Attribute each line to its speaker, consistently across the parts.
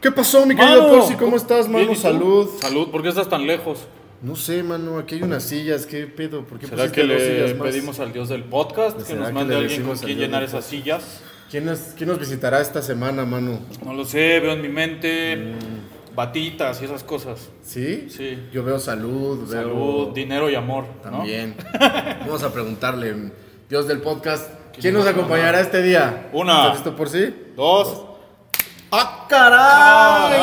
Speaker 1: ¿Qué pasó, mi querido
Speaker 2: Mano.
Speaker 1: Percy? ¿Cómo estás,
Speaker 2: Bien,
Speaker 1: mano?
Speaker 2: ¿y tú?
Speaker 1: Salud.
Speaker 2: Salud, ¿por qué estás tan lejos?
Speaker 1: No sé, mano, aquí hay unas sillas. ¿Qué pedo? ¿Por qué
Speaker 2: ¿Será
Speaker 1: pusiste
Speaker 2: que
Speaker 1: dos
Speaker 2: le
Speaker 1: sillas más?
Speaker 2: pedimos al dios del podcast que
Speaker 1: ¿Será
Speaker 2: nos
Speaker 1: que
Speaker 2: mande
Speaker 1: le
Speaker 2: alguien con
Speaker 1: decimos al
Speaker 2: quien
Speaker 1: dios del
Speaker 2: llenar esas sillas?
Speaker 1: ¿Quién, nos- quién nos visitará esta semana, mano?
Speaker 2: No lo sé, veo en mi mente
Speaker 1: Mm.
Speaker 2: batitas y esas cosas.
Speaker 1: ¿Sí?
Speaker 2: Sí.
Speaker 1: Yo veo salud, veo.
Speaker 2: Salud, dinero y amor, ¿no?
Speaker 1: También. Vamos a preguntarle, Dios del podcast, ¿quién
Speaker 2: nos
Speaker 1: nos
Speaker 2: va a
Speaker 1: acompañará este día?
Speaker 2: Una.
Speaker 1: ¿Estás listo por sí?
Speaker 2: Dos.
Speaker 1: ¡Ah, caray!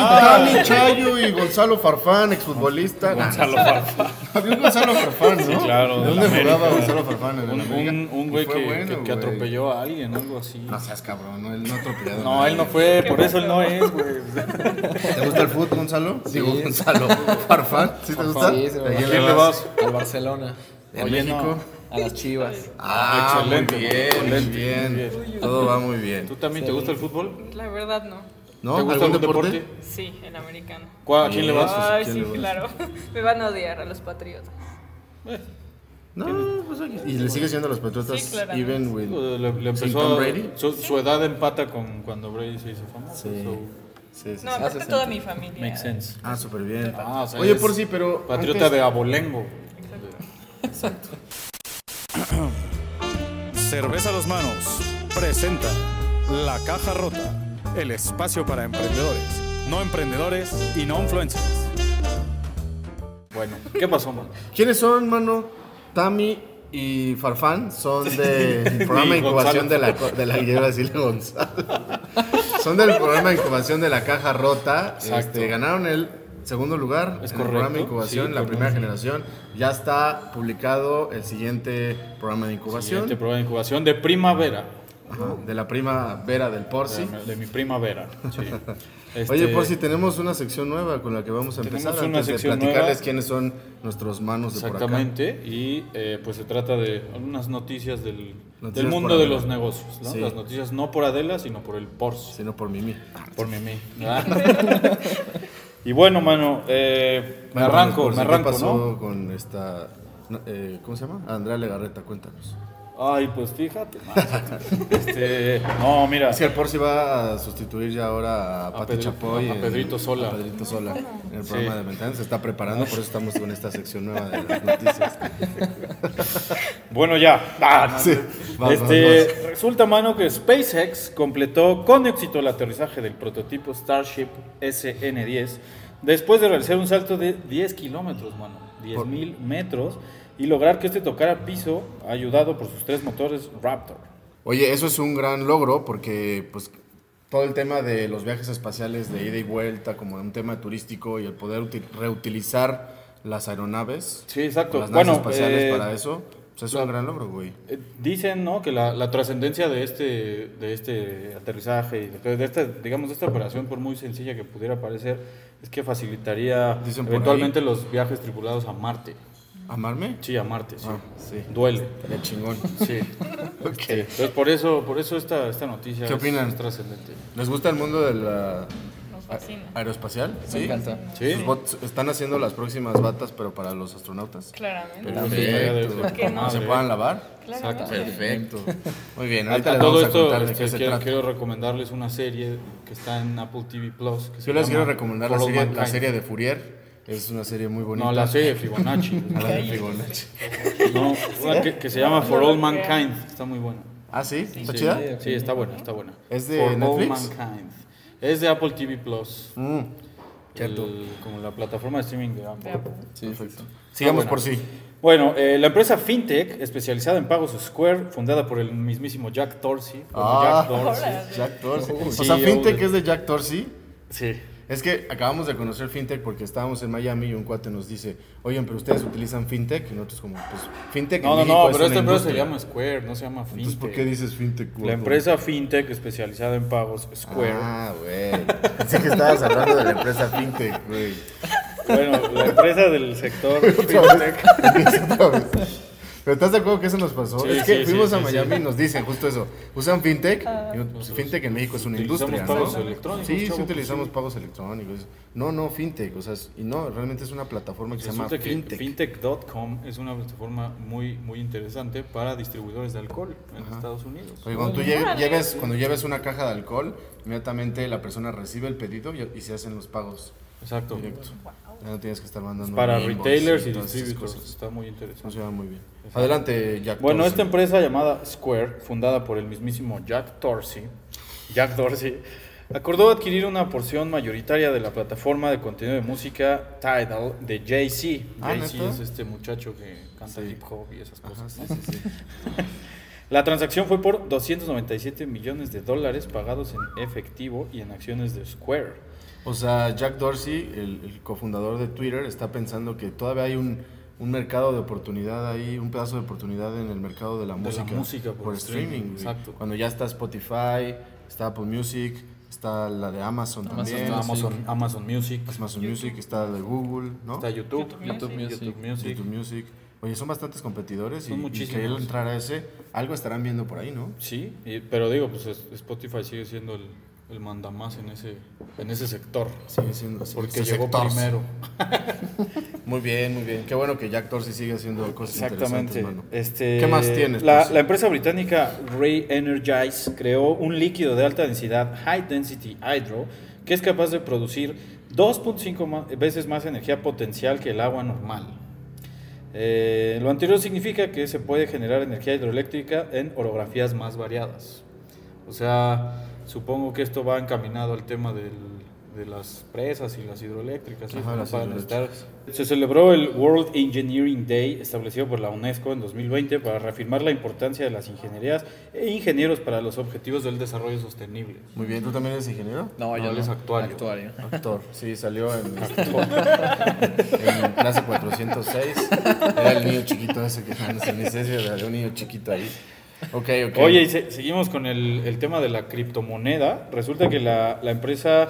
Speaker 1: Dani Chayo y Gonzalo Farfán, exfutbolista. Ah,
Speaker 2: Gonzalo Farfán.
Speaker 1: Había un Gonzalo Farfán, ¿no?
Speaker 2: Sí,
Speaker 1: ¿De
Speaker 2: claro, del
Speaker 1: dónde jugaba
Speaker 2: América.
Speaker 1: Gonzalo Farfán? ¿En el
Speaker 2: Un,
Speaker 1: América?
Speaker 2: un- un
Speaker 1: Y
Speaker 2: güey
Speaker 1: fue
Speaker 2: que,
Speaker 1: bueno,
Speaker 2: que- que
Speaker 1: güey. Ah,
Speaker 2: atropelló a alguien, algo así.
Speaker 1: No seas cabrón, no, él no ha atropellado.
Speaker 2: No, él no fue, por eso él no es, güey.
Speaker 1: ¿Te gusta el fútbol, Gonzalo? Digo, Gonzalo. ¿Farfán? ¿Sí te gusta?
Speaker 3: Sí, se me
Speaker 1: ¿A
Speaker 3: va.
Speaker 1: quién
Speaker 2: ¿Quién
Speaker 1: le
Speaker 2: le vas?
Speaker 3: Al Barcelona,
Speaker 1: ¿En
Speaker 2: Oye, no.
Speaker 1: México?
Speaker 3: a las Chivas.
Speaker 1: Ah,
Speaker 2: Excelente,
Speaker 1: muy
Speaker 2: excelente,
Speaker 1: bien, muy bien. Todo va muy bien.
Speaker 2: ¿Tú también te gusta el fútbol?
Speaker 4: La verdad no.
Speaker 1: ¿No?
Speaker 2: ¿Te gusta
Speaker 1: ¿Algún deporte? Ah,
Speaker 4: Sí, el americano.
Speaker 2: ¿Cuál- ¿A quién le vas?
Speaker 4: Ay,
Speaker 1: ¿quién
Speaker 4: sí,
Speaker 1: le vas?
Speaker 4: claro. Me van a odiar a los patriotas.
Speaker 1: No, pues aquí. Y le sigue siendo a los patriotas
Speaker 4: Sí, claramente.
Speaker 1: even with.
Speaker 2: Eh, Le, le
Speaker 1: ¿Sin
Speaker 2: empezó
Speaker 1: Tom
Speaker 2: a-
Speaker 1: Brady?
Speaker 2: Su, su edad empata con cuando Brady se hizo famoso.
Speaker 1: Sí.
Speaker 2: so,
Speaker 1: Sí, sí,
Speaker 4: No,
Speaker 1: sí.
Speaker 4: aparte toda mi familia.
Speaker 2: makes sense.
Speaker 1: Ah, súper bien.
Speaker 2: Ah, o sea,
Speaker 1: Oye,
Speaker 2: eres
Speaker 1: por sí, pero.
Speaker 2: Patriota
Speaker 1: antes-
Speaker 2: de abolengo.
Speaker 5: Cerveza a los manos presenta La Caja Rota, el espacio para emprendedores, no emprendedores y no influencers.
Speaker 2: Bueno, ¿qué pasó, man?
Speaker 1: ¿Quiénes son, mano? Tami y Farfán son del programa de
Speaker 2: Y
Speaker 1: incubación
Speaker 2: Gonzalo.
Speaker 1: de la, co- de la yo iba a decirle Gonzalo. Son del programa de incubación de la caja rota.
Speaker 2: Exacto.
Speaker 1: Este, ganaron el segundo lugar
Speaker 2: Es
Speaker 1: en el programa de
Speaker 2: correcto,
Speaker 1: incubación,
Speaker 2: sí,
Speaker 1: la
Speaker 2: correcto.
Speaker 1: primera generación. Ya está publicado el siguiente programa de incubación
Speaker 2: Siguiente prueba de incubación de primavera.
Speaker 1: ajá, de la prima Vera del Porci.
Speaker 2: De, de mi primavera. sí.
Speaker 1: Oye,
Speaker 2: Este,
Speaker 1: por si tenemos una sección nueva con la que vamos a
Speaker 2: Tenemos
Speaker 1: empezar
Speaker 2: una
Speaker 1: antes de
Speaker 2: sección
Speaker 1: platicarles
Speaker 2: nueva.
Speaker 1: quiénes son nuestros manos de por acá.
Speaker 2: Exactamente, y eh, pues se trata de algunas noticias del,
Speaker 1: Noticias
Speaker 2: del mundo
Speaker 1: por
Speaker 2: de
Speaker 1: Adela.
Speaker 2: los negocios, ¿no?
Speaker 1: Sí.
Speaker 2: Las noticias no por Adela, sino por el Porsche,
Speaker 1: Sino por Mimi.
Speaker 2: por Mimi. ¿verdad? y bueno, mano, eh, me arranco,
Speaker 1: Por si,
Speaker 2: me arranco,
Speaker 1: ¿Qué pasó
Speaker 2: ¿no?
Speaker 1: con esta... no, eh, ¿Cómo se llama? Andrea Legarreta, cuéntanos.
Speaker 2: Ay, pues fíjate. man. Este, no, mira,
Speaker 1: Es que el Porci va a sustituir ya ahora a, Pati
Speaker 2: Pedri-
Speaker 1: Chapoy.
Speaker 2: a
Speaker 1: en-
Speaker 2: Pedrito Sola.
Speaker 1: a Pedrito Sola en el programa
Speaker 2: Sí.
Speaker 1: de Ventanas. Se está preparando, por eso estamos con esta sección nueva de las noticias.
Speaker 2: Bueno, ya. Ah, no.
Speaker 1: Sí, vas,
Speaker 2: Este,
Speaker 1: vas,
Speaker 2: Resulta, mano, que SpaceX completó con éxito el aterrizaje del prototipo Starship SN10 después de realizar un salto de 10 kilómetros, mano, 10
Speaker 1: Por-
Speaker 2: mil metros, y lograr que este tocara piso, ayudado por sus tres motores Raptor.
Speaker 1: Oye, eso es un gran logro porque pues todo el tema de los viajes espaciales de ida y vuelta como un tema turístico y el poder uti- reutilizar las aeronaves,
Speaker 2: Sí, exacto.
Speaker 1: o las naves
Speaker 2: Bueno,
Speaker 1: espaciales
Speaker 2: eh,
Speaker 1: para eso, pues es
Speaker 2: la-
Speaker 1: un gran logro, güey.
Speaker 2: Eh, Dicen, ¿no? Que la, la trascendencia de este, de este aterrizaje y de, de esta, digamos, de esta operación, por muy sencilla que pudiera parecer, es que facilitaría
Speaker 1: Dicen por
Speaker 2: eventualmente los viajes tripulados a Marte.
Speaker 1: ¿Amarme?
Speaker 2: Sí, a Marte, sí.
Speaker 1: Ah, sí.
Speaker 2: Duele.
Speaker 1: De chingón.
Speaker 2: Sí.
Speaker 1: Ok.
Speaker 2: Entonces, por eso, por eso esta, esta noticia
Speaker 1: ¿Qué
Speaker 2: es-
Speaker 1: opinan?
Speaker 2: es trascendente.
Speaker 1: ¿Les gusta el mundo de la
Speaker 4: Nos fascina.
Speaker 1: aeroespacial?
Speaker 3: Me encanta.
Speaker 2: Sí.
Speaker 1: Sus bots- Están haciendo las próximas batas, pero para los astronautas.
Speaker 4: Claramente.
Speaker 2: Pero- Perfecto.
Speaker 4: ¿Por qué no?
Speaker 1: ¿Se puedan lavar?
Speaker 4: Claramente.
Speaker 1: Perfecto. Muy bien,
Speaker 2: A,
Speaker 1: ahorita
Speaker 2: a
Speaker 1: les
Speaker 2: todo
Speaker 1: vamos a
Speaker 2: esto,
Speaker 1: contar de
Speaker 2: este,
Speaker 1: qué se
Speaker 2: quiero,
Speaker 1: trata.
Speaker 2: quiero recomendarles una serie que está en Apple TV Plus. que se
Speaker 1: Yo les
Speaker 2: llama
Speaker 1: quiero recomendar la
Speaker 2: For All
Speaker 1: serie, la
Speaker 2: Mankind.
Speaker 1: serie de Fourier. Es una serie muy bonita.
Speaker 2: No, la serie de Fibonacci.
Speaker 1: A la de Fibonacci.
Speaker 2: No, una que, que se llama For All Mankind. Está muy buena.
Speaker 1: ¿Ah, sí? ¿Está chida?
Speaker 2: Sí, está buena, está buena.
Speaker 1: ¿Es de
Speaker 2: For
Speaker 1: Netflix?
Speaker 2: All Mankind. Es de Apple TV Plus.
Speaker 1: Mm, cierto.
Speaker 2: el- como la plataforma de streaming de Apple.
Speaker 1: Sí, perfecto. Sigamos
Speaker 2: buena.
Speaker 1: por sí.
Speaker 2: Ah, Bueno, eh, la empresa FinTech, especializada en pagos Square, fundada por el mismísimo Jack Dorsey. o
Speaker 1: Ah.
Speaker 2: Jack Dorsey.
Speaker 1: Jack Dorsey.
Speaker 2: Uy,
Speaker 1: o sea,
Speaker 2: sí,
Speaker 1: FinTech
Speaker 2: hombre.
Speaker 1: es de Jack Dorsey.
Speaker 2: Sí.
Speaker 1: Es que acabamos de conocer FinTech porque estábamos en Miami y un cuate nos dice, oigan, pero ustedes utilizan FinTech y nosotros como, pues FinTech
Speaker 2: No, no,
Speaker 1: en
Speaker 2: no,
Speaker 1: México es una
Speaker 2: pero esta empresa se
Speaker 1: industria".
Speaker 2: llama Square, no se llama FinTech.
Speaker 1: Entonces, ¿por qué dices FinTech?
Speaker 2: La empresa FinTech, especializada en pagos Square.
Speaker 1: Ah, güey. Pensé que estabas hablando de la empresa FinTech, güey.
Speaker 2: Bueno, la empresa del sector
Speaker 1: Otra
Speaker 2: FinTech.
Speaker 1: vez. Otra vez. Pero ¿estás de acuerdo que eso nos pasó?
Speaker 2: Sí,
Speaker 1: es que
Speaker 2: sí,
Speaker 1: fuimos
Speaker 2: sí,
Speaker 1: a
Speaker 2: sí,
Speaker 1: Miami
Speaker 2: sí.
Speaker 1: y nos dicen justo eso. Usan fintech. Y no, pues, fintech en México es una
Speaker 2: utilizamos
Speaker 1: industria.
Speaker 2: pagos
Speaker 1: ¿no?
Speaker 2: electrónicos,
Speaker 1: Sí,
Speaker 2: chavo,
Speaker 1: sí
Speaker 2: pues,
Speaker 1: utilizamos
Speaker 2: sí.
Speaker 1: pagos electrónicos. No, no, fintech. O sea, es- y no, realmente es una plataforma que se llama
Speaker 2: Resulta que
Speaker 1: fintech.
Speaker 2: fintech.com es una plataforma muy, muy interesante para distribuidores de alcohol en Estados Unidos.
Speaker 1: Porque cuando tú
Speaker 4: Órale.
Speaker 1: lle- lleves, cuando lleves una caja de alcohol, inmediatamente la persona recibe el pedido y, y se hacen los pagos
Speaker 2: Exacto.
Speaker 1: directo. Ya no tienes que estar mandando
Speaker 2: Para
Speaker 1: un invoice
Speaker 2: retailers y
Speaker 1: todas esas
Speaker 2: distribuidores.
Speaker 1: cosas.
Speaker 2: Está muy interesante.
Speaker 1: Funciona muy bien. Adelante, Jack.
Speaker 2: Bueno, esta
Speaker 1: Dorsey.
Speaker 2: empresa llamada Square, fundada por el mismísimo Jack Dorsey, Jack Dorsey, acordó adquirir una porción mayoritaria de la plataforma de contenido de música Tidal de Jay-Z.
Speaker 1: Ah,
Speaker 2: Jay-Z
Speaker 1: ¿neta?
Speaker 2: es este muchacho que canta hip hop y esas cosas.
Speaker 1: Ajá,
Speaker 2: ¿no?
Speaker 1: sí, sí, sí.
Speaker 2: La transacción fue por 297 millones de dólares pagados en efectivo y en acciones de Square.
Speaker 1: O sea, Jack Dorsey, el, el cofundador de Twitter, está pensando que todavía hay un, un mercado de oportunidad ahí, un pedazo de oportunidad en el mercado de la
Speaker 2: la
Speaker 1: música.
Speaker 2: música por
Speaker 1: por, streaming.
Speaker 2: streaming,
Speaker 1: güey.
Speaker 2: exacto.
Speaker 1: Cuando ya está Spotify, está Apple Music, está la de Amazon
Speaker 2: Amazon,
Speaker 1: también.
Speaker 2: Amazon, Amazon Music,
Speaker 1: Amazon Pues Music, está la de Google, ¿no?
Speaker 2: está YouTube,
Speaker 4: YouTube
Speaker 2: YouTube
Speaker 4: Music.
Speaker 2: Music, YouTube Music.
Speaker 1: YouTube Music. Oye, son bastantes competidores y,
Speaker 2: Son
Speaker 1: y
Speaker 2: muchísimos.
Speaker 1: que él entrar a ese, algo estarán viendo por ahí, ¿no?
Speaker 2: Sí, y- pero digo, pues es- Spotify sigue siendo el, el mandamás en ese, en ese sector.
Speaker 1: Sigue siendo así.
Speaker 2: Porque
Speaker 1: Ese
Speaker 2: llegó
Speaker 1: sector.
Speaker 2: primero.
Speaker 1: Muy bien, muy bien. Qué bueno que Jack Dorsey sigue haciendo cosas interesantes,
Speaker 2: Exactamente.
Speaker 1: mano.
Speaker 2: Este,
Speaker 1: ¿Qué más tienes,
Speaker 2: La,
Speaker 1: Percy?
Speaker 2: la empresa británica Ray Energize creó un líquido de alta densidad, High Density Hydro, que es capaz de producir 2.5 ma- veces más energía potencial que el agua normal. Eh, lo anterior significa que se puede generar energía hidroeléctrica en orografías más variadas. O sea, supongo que esto va encaminado al tema del- de las presas y las hidroeléctricas. ¿sí?
Speaker 1: Ajá,
Speaker 2: Como
Speaker 1: las
Speaker 2: para necesitar-
Speaker 1: hidroeléctricas.
Speaker 2: Se celebró el World Engineering Day establecido por la UNESCO en 2020 para reafirmar la importancia de las ingenierías e ingenieros para los objetivos del desarrollo sostenible.
Speaker 1: Muy bien, ¿tú también eres ingeniero?
Speaker 3: No, yo
Speaker 2: él es actuario.
Speaker 3: Actuario.
Speaker 1: Actor, sí, salió en, este en clase 406. Era el niño chiquito ese que no sé, ni sé si era de un niño chiquito ahí. Ok, ok.
Speaker 2: Oye, y se- seguimos con el, el tema de la criptomoneda. Resulta que la, la empresa,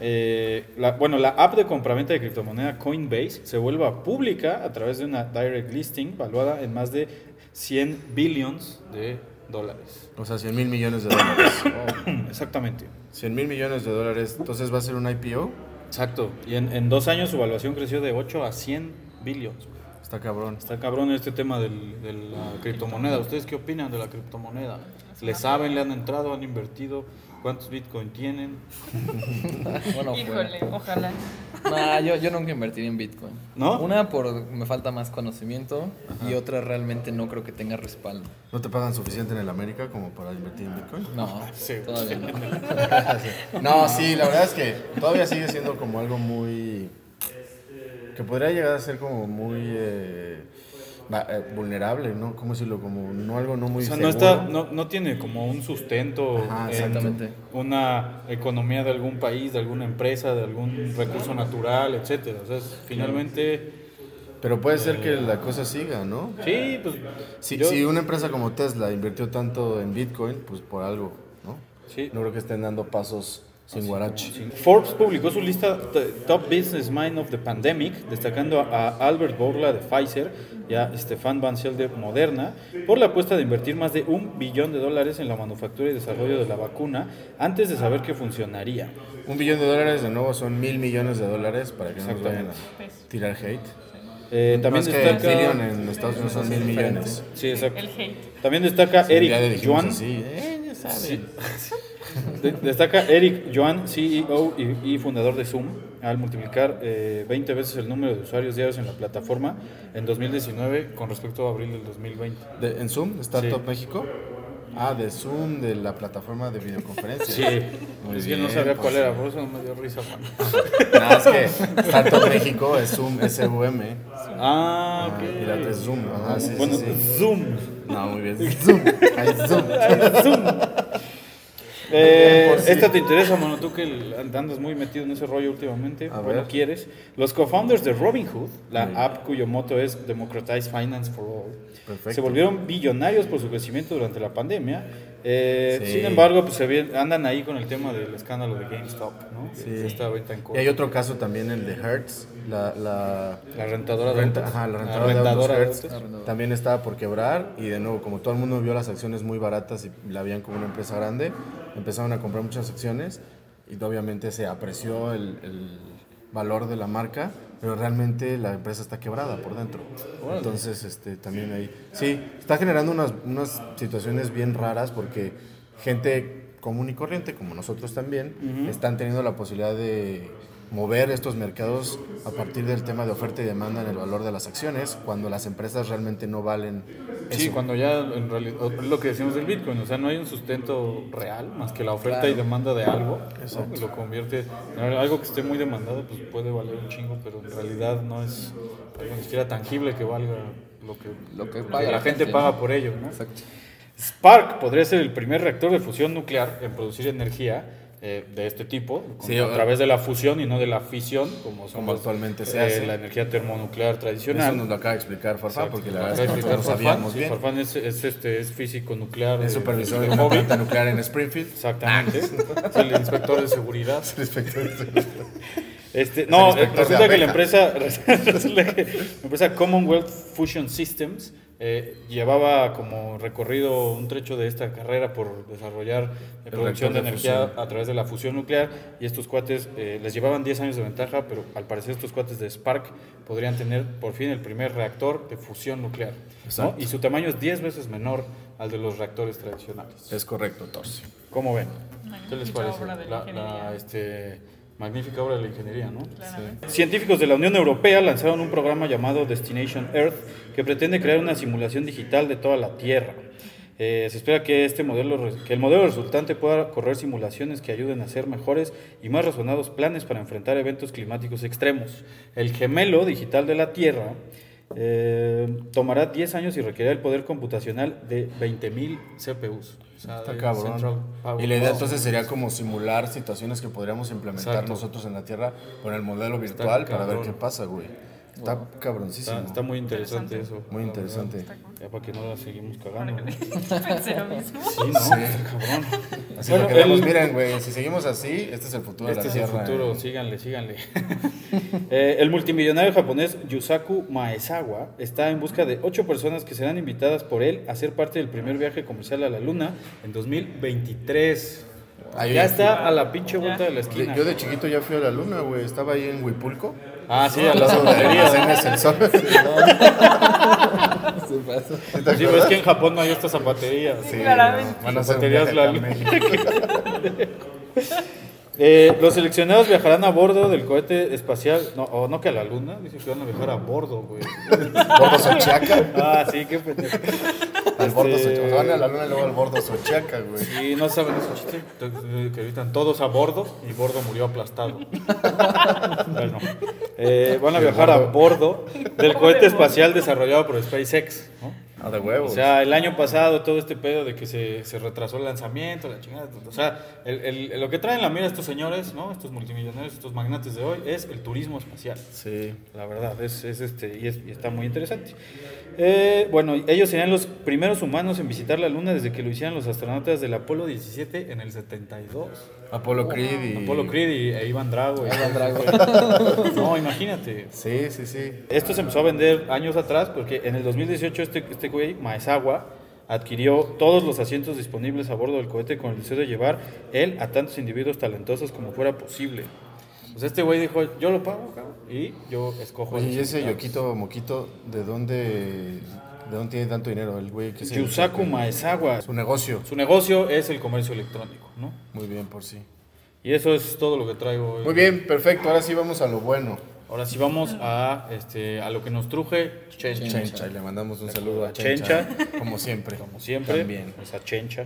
Speaker 2: eh, la- bueno, la app de compraventa de criptomoneda Coinbase se vuelva pública a través de una direct listing valuada en más de 100 billions de dólares.
Speaker 1: O sea, 100 mil millones de dólares.
Speaker 2: Exactamente.
Speaker 1: 100 mil millones de dólares. Entonces va a ser un IPO.
Speaker 2: Exacto. Y en, en dos años su evaluación creció de 8 a 100 billions.
Speaker 1: Está cabrón.
Speaker 2: Está cabrón este tema del- de la criptomoneda. ¿Ustedes qué opinan de la criptomoneda? ¿Le saben? ¿Le han entrado? ¿Han invertido? ¿Cuántos bitcoin tienen?
Speaker 3: Bueno, fuera.
Speaker 4: Híjole, ojalá.
Speaker 3: Nah, yo, yo nunca invertiría en Bitcoin.
Speaker 2: ¿No?
Speaker 3: Una por me falta más conocimiento y otra realmente no creo que tenga respaldo.
Speaker 1: ¿No te pagan suficiente en el América como para invertir en Bitcoin?
Speaker 3: No,
Speaker 2: Ah,
Speaker 3: todavía no.
Speaker 1: No, sí, la verdad es que todavía sigue siendo como algo muy... Que podría llegar a ser como muy eh, va- eh, vulnerable, ¿no? ¿Cómo decirlo? Como no algo no muy
Speaker 2: O sea, no,
Speaker 1: seguro.
Speaker 2: está, no, no tiene como un sustento
Speaker 1: Ajá,
Speaker 2: en
Speaker 3: exactamente.
Speaker 2: una economía de algún país, de alguna empresa, de algún recurso natural, etcétera. O sea, es- finalmente,
Speaker 1: Pero puede ser que la cosa siga, ¿no?
Speaker 2: sí, pues
Speaker 1: Si,
Speaker 2: yo-
Speaker 1: si una empresa como Tesla invirtió tanto en Bitcoin, pues por algo, ¿no?
Speaker 2: sí.
Speaker 1: No creo que estén dando pasos
Speaker 2: Ah,
Speaker 1: sin guarache.
Speaker 2: Forbes publicó su lista de Top Business Mind of the Pandemic, destacando a Albert Borla de Pfizer y a Stefan Bancel de Moderna por la apuesta de invertir más de un billón de dólares en la manufactura y desarrollo de la vacuna antes de saber que funcionaría.
Speaker 1: Un billón de dólares, de nuevo, son mil millones de dólares para que no nos vayan
Speaker 4: Pues.
Speaker 1: a tirar hate.
Speaker 2: Eh, también
Speaker 1: También es que el
Speaker 2: destaca...
Speaker 1: billón en Estados Unidos son mil millones.
Speaker 2: Sí, exacto.
Speaker 4: El hate.
Speaker 2: También destaca
Speaker 1: Ya le
Speaker 2: Eric
Speaker 1: dijimos
Speaker 2: Yuan.
Speaker 1: así, ¿eh? Ya saben.
Speaker 2: Sí. De- destaca Eric Yuan, CEO y, y fundador de Zoom, al multiplicar eh, 20 veces el número de usuarios diarios en la plataforma en 2019 con respecto a abril del 2020.
Speaker 1: De- ¿En Zoom?
Speaker 2: Sí.
Speaker 1: ¿Startup México? Ah, de Zoom, de la plataforma de videoconferencia.
Speaker 2: Sí,
Speaker 1: Muy
Speaker 2: es que
Speaker 1: bien,
Speaker 2: no sabía
Speaker 1: pues,
Speaker 2: cuál era, por eso me dio risa. man.
Speaker 1: Nada, es que Startup México es E Zoom, SVM.
Speaker 2: Ah,
Speaker 1: Ah,
Speaker 2: ok.
Speaker 1: y la otra es Zoom. Ajá, sí, sí,
Speaker 2: bueno,
Speaker 1: sí.
Speaker 2: Zoom.
Speaker 1: No, muy bien. Zoom. Ay, Zoom.
Speaker 2: Zoom. Eh,
Speaker 1: Por sí.
Speaker 2: Esta te interesa, mano, tú que el- andas muy metido en ese rollo últimamente,
Speaker 1: A
Speaker 2: bueno,
Speaker 1: ver.
Speaker 2: quieres. Los co-founders de Robinhood, la
Speaker 1: Sí.
Speaker 2: app cuyo moto es Democratize Finance for All,
Speaker 1: Perfecto.
Speaker 2: se volvieron billonarios por su crecimiento durante la pandemia Eh,
Speaker 1: Sí.
Speaker 2: Sin embargo, pues se vi- andan ahí con el tema del escándalo de GameStop, ¿no?
Speaker 1: Sí.
Speaker 2: Que Esta venta en
Speaker 1: Y hay otro caso también, el de Hertz, la, la,
Speaker 2: La rentadora de
Speaker 1: Renta-
Speaker 2: autos.
Speaker 1: ajá, la
Speaker 2: La
Speaker 1: rentadora,
Speaker 2: rentadora
Speaker 1: de
Speaker 2: de
Speaker 1: autos Hertz
Speaker 3: autos.
Speaker 1: también estaba por quebrar y de nuevo, como todo el mundo vio las acciones muy baratas y la veían como una empresa grande, empezaron a comprar muchas acciones y obviamente se apreció el, el valor de la marca, pero realmente la empresa está quebrada por dentro. Entonces, este, también ahí... Sí, está generando unas, unas situaciones bien raras porque gente común y corriente, como nosotros también, están teniendo la posibilidad de mover estos mercados a partir del tema de oferta y demanda en el valor de las acciones, cuando las empresas realmente no valen
Speaker 2: Sí,
Speaker 1: eso.
Speaker 2: cuando ya en realidad o- lo que decimos del Bitcoin, o sea, no hay un sustento real más que la oferta
Speaker 3: Claro.
Speaker 2: y demanda de algo, ¿no? lo convierte en algo que esté muy demandado, pues puede valer un chingo, pero en realidad no es algo ni siquiera tangible que valga lo que,
Speaker 3: Lo que paga
Speaker 2: la
Speaker 3: la
Speaker 2: gente
Speaker 3: gente,
Speaker 2: paga
Speaker 3: ¿no?
Speaker 2: por ello, ¿no?
Speaker 3: Exacto.
Speaker 2: Spark podría ser el primer reactor de fusión nuclear en producir energía eh, de este tipo, con-
Speaker 1: Sí,
Speaker 2: a
Speaker 1: o-
Speaker 2: través de la fusión y no de la fisión, como, son
Speaker 1: Como
Speaker 2: los-
Speaker 1: actualmente se
Speaker 2: eh,
Speaker 1: hace.
Speaker 2: la energía termonuclear tradicional.
Speaker 1: Eso nos lo acaba de explicar Farfán,
Speaker 2: Exacto.
Speaker 1: porque la
Speaker 2: Nos
Speaker 1: verdad
Speaker 2: va a
Speaker 1: es que nosotros
Speaker 2: explicar
Speaker 1: no
Speaker 2: Farfán.
Speaker 1: sabíamos
Speaker 2: Sí,
Speaker 1: bien.
Speaker 2: Farfán es, es, este, es físico nuclear.
Speaker 1: Es
Speaker 2: de-
Speaker 1: supervisor
Speaker 2: de
Speaker 1: de Ah. una
Speaker 2: móvil.
Speaker 1: planta nuclear en Springfield.
Speaker 2: Exactamente. Es el inspector de seguridad.
Speaker 1: Respecto
Speaker 2: Este, no,
Speaker 1: inspector de
Speaker 2: resulta que la
Speaker 1: abeja.
Speaker 2: empresa, resulta que la empresa Commonwealth Fusion Systems eh, llevaba como recorrido un trecho de esta carrera por desarrollar eh,
Speaker 1: El
Speaker 2: producción de
Speaker 1: reactor de
Speaker 2: energía
Speaker 1: fusión.
Speaker 2: a través de la fusión nuclear y estos cuates eh, les llevaban 10 años de ventaja, pero al parecer estos cuates de Spark podrían tener por fin el primer reactor de fusión nuclear. ¿no?
Speaker 1: Exacto.
Speaker 2: Y su tamaño es 10 veces menor al de los reactores tradicionales.
Speaker 1: Es correcto, Torsi.
Speaker 2: ¿Cómo ven? ¿Qué les
Speaker 4: Magnífica
Speaker 2: parece?
Speaker 4: obra de la
Speaker 2: La, la,
Speaker 4: ingeniería.
Speaker 2: este, magnífica obra de la ingeniería, ¿no?
Speaker 4: Claramente.
Speaker 2: Científicos de la Unión Europea lanzaron un programa llamado Destination Earth que pretende crear una simulación digital de toda la Tierra. Eh, se espera que, este modelo, re- que el modelo resultante pueda correr simulaciones que ayuden a hacer mejores y más razonados planes para enfrentar eventos climáticos extremos. El gemelo digital de la Tierra eh, tomará 10 años y requerirá el poder computacional de 20.000 CPUs. O sea,
Speaker 1: Está
Speaker 2: de
Speaker 1: cabrón.
Speaker 2: Central Power.
Speaker 1: Y la idea
Speaker 2: Wow.
Speaker 1: entonces sería como simular situaciones que podríamos implementar
Speaker 2: Exacto.
Speaker 1: nosotros en la Tierra con el modelo virtual para ver
Speaker 2: cabrón.
Speaker 1: qué pasa, güey. Está cabroncísimo.
Speaker 2: Está, está muy interesante, eso.
Speaker 1: Muy
Speaker 2: la
Speaker 1: interesante.
Speaker 2: verdad. Ya para que no la seguimos cagando. ¿no? Sí,
Speaker 4: Pensé lo mismo.
Speaker 2: ¿no? Está cabrón.
Speaker 1: Así
Speaker 2: Bueno,
Speaker 1: lo queremos.
Speaker 2: el-
Speaker 1: Miren, güey, si seguimos así, este es el futuro de
Speaker 2: Este
Speaker 1: la
Speaker 2: es el
Speaker 1: Tierra.
Speaker 2: futuro, síganle, síganle. Eh, el multimillonario japonés Yusaku Maezawa está en busca de ocho personas que serán invitadas por él a ser parte del primer viaje comercial a la Luna en 2023.
Speaker 1: Ahí-
Speaker 2: ya está a la pinche vuelta de la esquina.
Speaker 1: Yo- Yo eh. de chiquito ya fui a la luna, güey. Estaba ahí en Huipulco.
Speaker 2: Ah, sí, a la
Speaker 1: Las
Speaker 2: zapatería.
Speaker 1: el sol.
Speaker 3: Se pasa.
Speaker 2: Sí, ves que en Japón no hay estas zapaterías.
Speaker 4: Sí, claramente.
Speaker 1: Van a hacer un
Speaker 2: Zapaterías
Speaker 1: viaje
Speaker 2: la
Speaker 1: acá a
Speaker 2: luna.
Speaker 1: México.
Speaker 2: Eh, los seleccionados viajarán a bordo del cohete espacial. No, o no que a la luna. Dicen que van a viajar a bordo, güey.
Speaker 1: Bordo Sochiaca.
Speaker 2: Ah, sí, qué pendejo.
Speaker 1: Al bordo
Speaker 2: Este-
Speaker 1: Sochiaca. Van a la luna y luego al bordo Sochiaca, güey.
Speaker 2: Y no saben ese chiste. Te- te- eh, Que gritan todos a bordo y bordo murió aplastado. bueno, eh, van a viajar a bordo del cohete espacial desarrollado por SpaceX. ¿no?
Speaker 1: Ah, de huevo.
Speaker 2: O sea, el año pasado todo este pedo de que se, se retrasó el lanzamiento, la chingada. O sea, el- el- lo que traen la mira estos señores, ¿no? Estos multimillonarios, estos magnates de hoy, es el turismo espacial.
Speaker 1: sí.
Speaker 2: La verdad, es, es este, y, es- y está muy interesante. Eh, bueno, ellos serían los primeros humanos en visitar la Luna desde que lo hicieron los astronautas del Apolo 17 en el 72.
Speaker 1: Apolo Creed y...
Speaker 2: Apolo Creed y, e Iván Drago. y-
Speaker 3: Iván Drago.
Speaker 2: no, imagínate.
Speaker 1: Sí, sí, sí.
Speaker 2: Esto se empezó a vender años atrás porque en el 2018 este, este güey, Maezawa, adquirió todos los asientos disponibles a bordo del cohete con el deseo de llevar él a tantos individuos talentosos como fuera posible. Pues este güey dijo, yo lo pago, cabrón, y yo escojo.
Speaker 1: Oye,
Speaker 2: los
Speaker 1: y ese
Speaker 2: invitados".
Speaker 1: Yoquito Moquito, ¿de dónde, ¿de dónde tiene tanto dinero el güey? que se-
Speaker 2: Yusaku Maezawa.
Speaker 1: Su negocio.
Speaker 2: Su negocio es el comercio electrónico, ¿no?
Speaker 1: Muy bien, por sí.
Speaker 2: Y eso es todo lo que traigo hoy.
Speaker 1: Muy bien, perfecto. Ahora sí vamos a lo bueno.
Speaker 2: Ahora sí vamos a, este, a lo que nos truje, Chencha.
Speaker 1: Chencha. Y le mandamos un saludo a
Speaker 2: Chencha.
Speaker 1: Chencha. Como siempre.
Speaker 2: Como siempre,
Speaker 1: También.
Speaker 2: esa Chencha.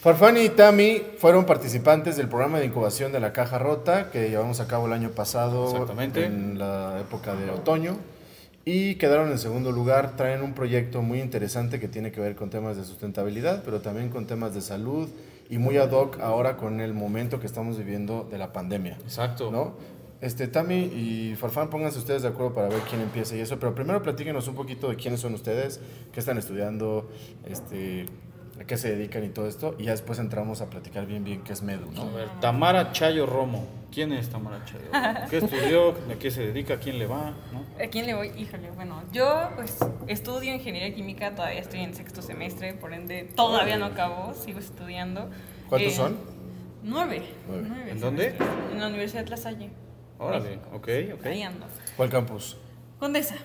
Speaker 1: Farfán y Tami fueron participantes del programa de incubación de la Caja Rota que llevamos a cabo el año pasado
Speaker 2: Exactamente.
Speaker 1: en la época de otoño y quedaron en segundo lugar. Traen un proyecto muy interesante que tiene que ver con temas de sustentabilidad, pero también con temas de salud y muy ad hoc ahora con el momento que estamos viviendo de la pandemia.
Speaker 2: Exacto.
Speaker 1: ¿No? Este, Tami y Farfán, pónganse ustedes de acuerdo para ver quién empieza y eso, pero primero platíquenos un poquito de quiénes son ustedes, qué están estudiando, este, a qué se dedican y todo esto. Y ya después entramos a platicar bien, bien qué es Medu,
Speaker 2: A
Speaker 1: ¿no?
Speaker 2: ver, Tamara Chayo Romo. ¿Quién es Tamara Chayo Romo? ¿Qué estudió? ¿A qué se dedica? ¿A quién le va? ¿No?
Speaker 4: ¿A quién le voy? Híjole, bueno, yo pues estudio ingeniería química, todavía estoy en sexto semestre, por ende todavía no acabo, sigo estudiando.
Speaker 1: ¿Cuántos
Speaker 4: Eh,
Speaker 1: son?
Speaker 4: Nueve.
Speaker 1: Nueve.
Speaker 4: Nueve
Speaker 2: ¿En dónde?
Speaker 4: semestres. En la Universidad de La Salle.
Speaker 2: Órale, ok, ok.
Speaker 4: Ahí ando.
Speaker 1: ¿Cuál campus?
Speaker 4: Condesa.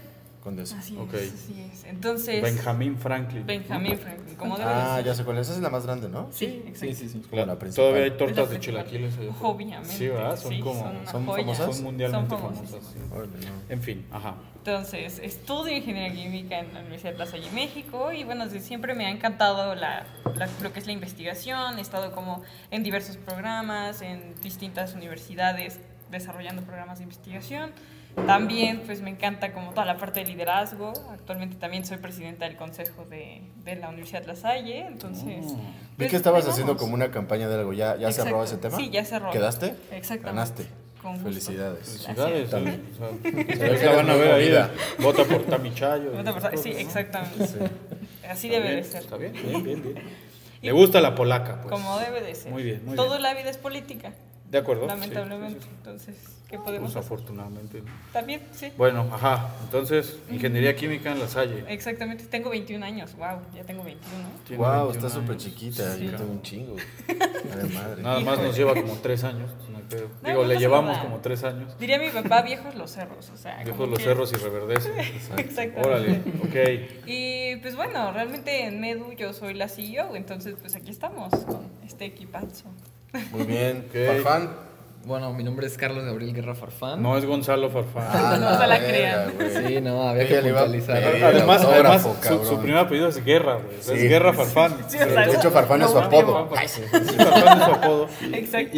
Speaker 1: Condesa.
Speaker 4: Así
Speaker 2: Ok.
Speaker 4: es, así es. Entonces,
Speaker 2: Benjamín Franklin.
Speaker 4: Benjamín Franklin, como debe
Speaker 1: Ah,
Speaker 4: de ser.
Speaker 1: ya sé cuál es. Esa es la más grande, ¿no?
Speaker 4: Sí, exacto.
Speaker 3: Sí, sí, sí.
Speaker 1: Como la principal.
Speaker 2: Todavía hay
Speaker 4: Es la
Speaker 2: tortas de
Speaker 4: principal.
Speaker 2: chilaquiles. allá afuera.
Speaker 4: Obviamente.
Speaker 2: Sí, ¿verdad? Son como.
Speaker 4: una
Speaker 1: son
Speaker 4: joya.
Speaker 1: famosas.
Speaker 2: son mundialmente
Speaker 4: Son famosas.
Speaker 2: famosas. sí.
Speaker 1: Órale, no.
Speaker 2: En fin, ajá.
Speaker 4: Entonces, estudio ingeniería química en la Universidad de La Salle, México, y bueno, desde siempre me ha encantado la, la- lo que es la investigación. He estado como en diversos programas, en distintas universidades, desarrollando programas de investigación. También, pues me encanta como toda la parte de liderazgo. Actualmente también soy presidenta del consejo de, de la Universidad de La Salle, entonces.
Speaker 2: Oh.
Speaker 1: Vi
Speaker 4: pues,
Speaker 1: que Mm. estabas
Speaker 4: ahí
Speaker 1: haciendo
Speaker 4: vamos.
Speaker 1: como una campaña de algo. ¿Ya, ya
Speaker 4: Exacto.
Speaker 1: cerró ese tema?
Speaker 4: Sí, ya cerró.
Speaker 1: ¿Quedaste?
Speaker 4: Exactamente.
Speaker 1: Ganaste.
Speaker 4: Con gusto.
Speaker 1: Felicidades.
Speaker 2: Felicidades. ¿eh?
Speaker 1: También.
Speaker 2: o sea,
Speaker 1: ve que
Speaker 2: la van
Speaker 1: eres
Speaker 2: a ver
Speaker 1: muy
Speaker 2: ahí.
Speaker 1: movida.
Speaker 2: de- Vota por Tami Chayo. y
Speaker 4: Otra
Speaker 2: esas
Speaker 4: persona- Sí,
Speaker 2: cosas, ¿no?
Speaker 4: exactamente. Así debe de ser.
Speaker 2: Está bien, bien, bien, bien. Le gusta la polaca, pues.
Speaker 4: Como debe de ser.
Speaker 2: Muy bien, muy
Speaker 4: Todo
Speaker 2: bien.
Speaker 4: la vida es política,
Speaker 2: De acuerdo.
Speaker 4: lamentablemente.
Speaker 2: Sí, sí,
Speaker 4: Entonces, ¿qué
Speaker 2: sí.
Speaker 4: podemos
Speaker 2: Pues
Speaker 4: hacer?
Speaker 2: afortunadamente. ¿no?
Speaker 4: También, sí.
Speaker 2: Bueno, ajá. Entonces, ingeniería química en la Salle.
Speaker 4: Exactamente. Tengo 21 años. Wow, ya tengo 21.
Speaker 2: Tiene
Speaker 1: Wow,
Speaker 2: 21
Speaker 1: está súper
Speaker 2: años.
Speaker 1: chiquita. Yo tengo un chingo. A la madre.
Speaker 2: Nada más nos lleva como tres años. pues, no hay pedo.
Speaker 4: No,
Speaker 2: Digo,
Speaker 4: no
Speaker 2: le
Speaker 4: pasa
Speaker 2: llevamos
Speaker 4: nada.
Speaker 2: como tres años.
Speaker 4: Diría mi papá, viejos los cerros. O sea,
Speaker 2: Dejó
Speaker 4: como
Speaker 2: los
Speaker 4: que-
Speaker 2: cerros y reverdece.
Speaker 4: Exactamente.
Speaker 2: Órale, ok.
Speaker 4: Y pues bueno, realmente en Medu yo soy la CEO, entonces pues aquí estamos con este equipazo.
Speaker 1: Muy bien.
Speaker 2: Ok.
Speaker 1: Farfán.
Speaker 3: Bueno, mi nombre es Carlos Gabriel Guerra Farfán.
Speaker 2: Ah, No es Gonzalo Farfán.
Speaker 1: Ah,
Speaker 4: No se la
Speaker 1: verga,
Speaker 4: crean.
Speaker 1: güey.
Speaker 3: Sí, no, había
Speaker 1: Ella
Speaker 3: que
Speaker 1: le iba a
Speaker 3: puntualizar.
Speaker 1: pedir.
Speaker 2: Además, además,
Speaker 1: autógrafo,
Speaker 2: su- su,
Speaker 1: cabrón.
Speaker 2: primer apellido es Guerra, güey.
Speaker 1: Sí.
Speaker 2: Es Guerra Farfán.
Speaker 4: Sí, o
Speaker 1: Pero
Speaker 4: sea,
Speaker 1: de hecho, Farfán
Speaker 4: lo
Speaker 1: es su
Speaker 4: único-
Speaker 1: apodo.
Speaker 2: Farfán, sí, Farfán es su apodo.
Speaker 4: Exacto.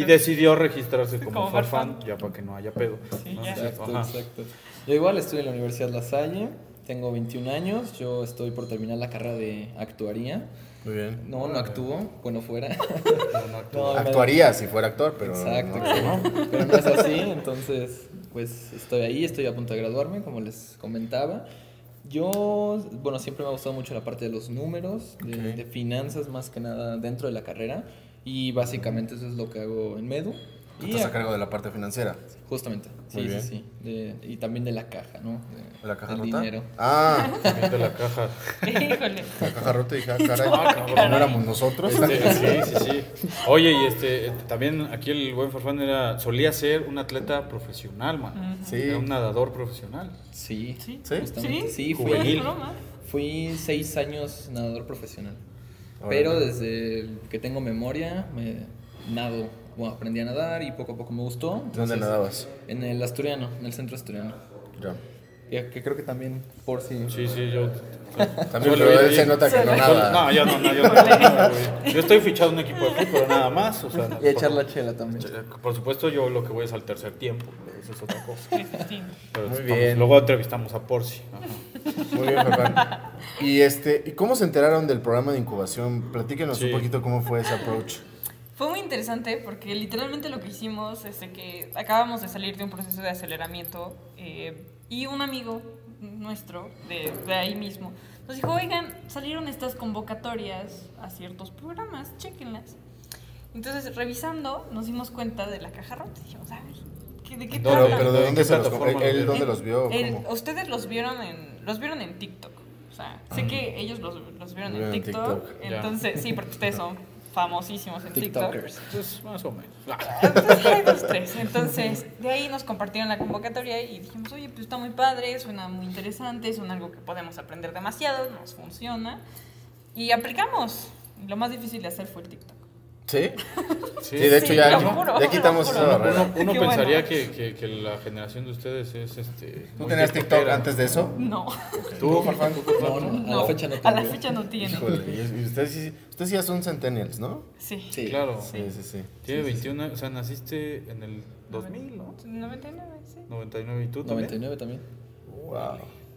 Speaker 2: Y decidió registrarse como,
Speaker 4: Como
Speaker 2: Farfán,
Speaker 4: Farfán.
Speaker 2: ya para que no haya pedo.
Speaker 4: Sí,
Speaker 2: ¿no?
Speaker 4: ya.
Speaker 2: Entonces,
Speaker 3: Exacto,
Speaker 2: ajá.
Speaker 3: exacto. Yo igual estudio en la Universidad La Salle, tengo 21 años, yo estoy por terminar la carrera de actuaría.
Speaker 1: Muy bien.
Speaker 3: No, no actúo, bueno, fuera.
Speaker 2: No, no, tú-
Speaker 3: No, me-
Speaker 1: Actuaría si fuera actor, pero.
Speaker 3: Exacto,
Speaker 1: no.
Speaker 3: pero- pero no es así, entonces pues estoy ahí, estoy a punto de graduarme, como les comentaba. Yo, bueno, siempre me ha gustado mucho la parte de los números, de,
Speaker 1: Ok.
Speaker 3: de finanzas más que nada dentro de la carrera y básicamente eso es lo que hago en Medu.
Speaker 1: Tú
Speaker 3: Y
Speaker 1: estás
Speaker 3: a-
Speaker 1: a cargo de la parte financiera.
Speaker 3: Justamente, sí,
Speaker 1: Muy bien.
Speaker 3: sí, sí. De- y también de la caja, ¿no? De-
Speaker 1: ¿De la caja
Speaker 3: del
Speaker 1: rota?
Speaker 3: dinero.
Speaker 1: Ah,
Speaker 2: también de la caja.
Speaker 4: Híjole.
Speaker 1: la caja rota y dije, ah, caray.
Speaker 2: Ah, cabrón.
Speaker 1: ¿No éramos nosotros?
Speaker 2: Este, sí, sí, sí. Oye, y este, eh, también aquí el buen Farfán era, solía ser un atleta profesional, man.
Speaker 1: Sí.
Speaker 2: Era un nadador profesional.
Speaker 3: Sí,
Speaker 4: Sí.
Speaker 1: ¿Sí?
Speaker 3: justamente.
Speaker 4: ¿Sí?
Speaker 3: Sí,
Speaker 4: No es
Speaker 2: Juvenil.
Speaker 3: fui,
Speaker 4: broma.
Speaker 3: fui seis años nadador profesional.
Speaker 1: Órale.
Speaker 3: Pero desde que tengo memoria, me nado. Bueno, aprendí a nadar y poco a poco me gustó.
Speaker 1: ¿Dónde
Speaker 3: Entonces,
Speaker 1: nadabas?
Speaker 3: En el asturiano, en el centro asturiano.
Speaker 1: Ya.
Speaker 3: Que, que creo que también por si...
Speaker 2: Sí, sí, yo.
Speaker 1: También,
Speaker 2: Solo
Speaker 1: pero
Speaker 2: ir
Speaker 1: él se
Speaker 2: ahí.
Speaker 1: nota que no
Speaker 2: Solo- No,
Speaker 1: nada.
Speaker 2: yo no, no, yo no, nada, güey. Yo estoy fichado en un equipo de fútbol, nada más. O sea,
Speaker 3: Y echar
Speaker 2: por- Eh,
Speaker 3: la chela también.
Speaker 2: Por supuesto, yo lo que voy es al tercer tiempo. güey, Eso es otra cosa.
Speaker 4: Sí, sí, sí.
Speaker 2: Pero
Speaker 1: Muy
Speaker 2: estamos-
Speaker 1: bien.
Speaker 2: Luego entrevistamos a Porci. Ajá.
Speaker 1: Muy bien, Farfán. Y este, ¿y cómo se enteraron del programa de incubación? Platíquenos
Speaker 2: Sí.
Speaker 1: un poquito cómo fue ese approach.
Speaker 4: Fue muy interesante porque literalmente lo que hicimos es de que acabamos de salir de un proceso de aceleramiento eh, y un amigo nuestro de, de ahí mismo nos dijo, oigan, salieron estas convocatorias a ciertos programas, chequenlas. Entonces, revisando, nos dimos cuenta de la caja rota. Dijimos, "Ay, ¿qué- ¿de qué
Speaker 2: No,
Speaker 1: Pero,
Speaker 4: trata?
Speaker 1: pero ¿de
Speaker 2: ¿En qué
Speaker 1: dónde se los
Speaker 2: plataforma
Speaker 1: él-
Speaker 2: lo
Speaker 1: él dónde
Speaker 4: El-
Speaker 1: los vio?
Speaker 4: el-
Speaker 1: ¿Cómo?
Speaker 4: ustedes los vieron en los vieron en TikTok. O sea, sé que ellos los, los vieron en
Speaker 1: Vieron en
Speaker 4: TikTok,
Speaker 1: TikTok.
Speaker 2: Ya.
Speaker 4: entonces sí, porque ustedes son famosísimos en TikTok.
Speaker 3: TikTokers.
Speaker 2: Entonces, más o menos. Ah,
Speaker 4: Entonces, hay dos, tres. Entonces, de ahí nos compartieron la convocatoria y dijimos, oye, pues está muy padre, suena muy interesante, suena algo que podemos aprender demasiado, nos funciona. Y aplicamos. Lo más difícil de hacer fue el TikTok.
Speaker 1: ¿Sí? Sí, de hecho ya-
Speaker 4: lo juro,
Speaker 1: ya quitamos
Speaker 4: lo
Speaker 1: esa
Speaker 4: juro.
Speaker 1: barrera.
Speaker 2: Uno, uno
Speaker 4: Qué
Speaker 2: pensaría
Speaker 4: bueno.
Speaker 2: que, que- que la generación de ustedes es este.
Speaker 1: ¿Tú
Speaker 2: muy
Speaker 1: tenías TikTok
Speaker 2: tiktokera.
Speaker 1: antes de eso?
Speaker 4: No,
Speaker 2: ¿Tú,
Speaker 3: No, no, a
Speaker 4: no,
Speaker 3: la fecha no
Speaker 4: a la
Speaker 3: tengo.
Speaker 4: fecha no tiene.
Speaker 1: Híjole, y- y ustedes sí, ustedes sí ya son centennials, ¿no?
Speaker 4: Sí.
Speaker 3: Sí.
Speaker 2: Claro.
Speaker 1: Sí, sí, sí.
Speaker 2: Tiene 21, o sea, naciste en el 2000, ¿no?
Speaker 4: 99, sí.
Speaker 2: 99 y tú también.
Speaker 3: 99 también.
Speaker 1: Wow.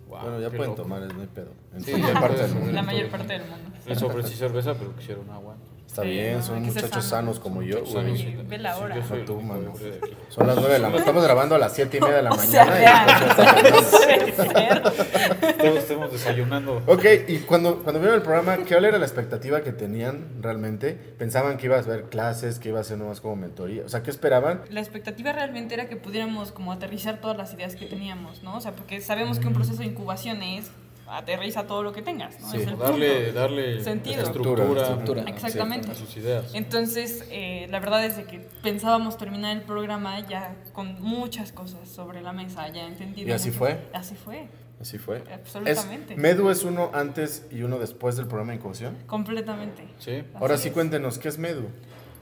Speaker 2: Wow,
Speaker 1: bueno, ya
Speaker 2: qué
Speaker 1: pueden
Speaker 2: loco.
Speaker 1: tomar, es no hay pedo. En
Speaker 2: Sí,
Speaker 1: cualquier
Speaker 2: ya
Speaker 1: parte
Speaker 2: puedes.
Speaker 1: del mundo.
Speaker 4: La mayor parte del mundo.
Speaker 2: Eso, pero sí cerveza, pero quisieron agua. Pues,
Speaker 1: Está
Speaker 4: Sí,
Speaker 1: bien,
Speaker 4: no,
Speaker 1: son
Speaker 4: hay que ser
Speaker 1: muchachos
Speaker 4: sanos.
Speaker 1: sanos como yo,
Speaker 4: Oye,
Speaker 1: güey.
Speaker 4: ve la hora.
Speaker 2: Yo soy
Speaker 1: No, tú,
Speaker 2: el
Speaker 1: mano.
Speaker 2: pobre de aquí.
Speaker 1: Son las 9 de la mañana. Estamos grabando a las 7 y media de la
Speaker 4: O sea,
Speaker 1: mañana. y
Speaker 4: vean,
Speaker 1: entonces-
Speaker 4: no puede ser.
Speaker 2: Todos estamos desayunando.
Speaker 1: Ok, y cuando, cuando vieron el programa, ¿qué era la expectativa que tenían realmente? ¿Pensaban que ibas a ver clases, que iba a ser nomás como mentoría? O sea, ¿qué esperaban?
Speaker 4: La expectativa realmente era que pudiéramos como aterrizar todas las ideas que teníamos, ¿no? O sea, porque sabemos que un proceso de incubación es aterriza todo lo que tengas, ¿no?
Speaker 1: Sí,
Speaker 4: Es el
Speaker 2: Darle,
Speaker 4: punto.
Speaker 2: darle
Speaker 4: Sentido.
Speaker 2: estructura,
Speaker 3: Estructura.
Speaker 4: Exactamente.
Speaker 2: a sus ideas.
Speaker 4: Entonces, eh, la verdad es de que pensábamos terminar el programa ya con muchas cosas sobre la mesa, ya entendido.
Speaker 1: ¿Y así
Speaker 4: muchas-
Speaker 1: fue?
Speaker 4: Así fue,
Speaker 1: Así fue.
Speaker 4: Absolutamente.
Speaker 1: Es- ¿Medu es uno antes y uno después del programa de incubación?
Speaker 4: completamente.
Speaker 2: Sí.
Speaker 1: Ahora
Speaker 4: Así
Speaker 1: sí,
Speaker 4: es.
Speaker 1: cuéntenos, ¿qué es Medu?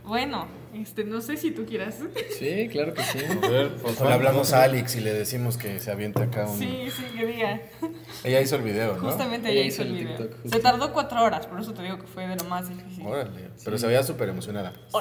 Speaker 4: Bueno, este, no sé si tú quieras.
Speaker 3: Sí, claro que sí.
Speaker 2: A ver, pues,
Speaker 1: le hablamos a Alex y le decimos que se avienta acá un...
Speaker 4: Sí, sí, que diga.
Speaker 1: Ella hizo el video, ¿no?
Speaker 4: Justamente
Speaker 3: Ella
Speaker 4: ella
Speaker 3: hizo
Speaker 4: hizo el
Speaker 3: el
Speaker 4: video.
Speaker 3: TikTok, justo.
Speaker 4: Se tardó cuatro horas, por eso te digo que fue de lo más difícil.
Speaker 1: Órale, pero se veía súper emocionada.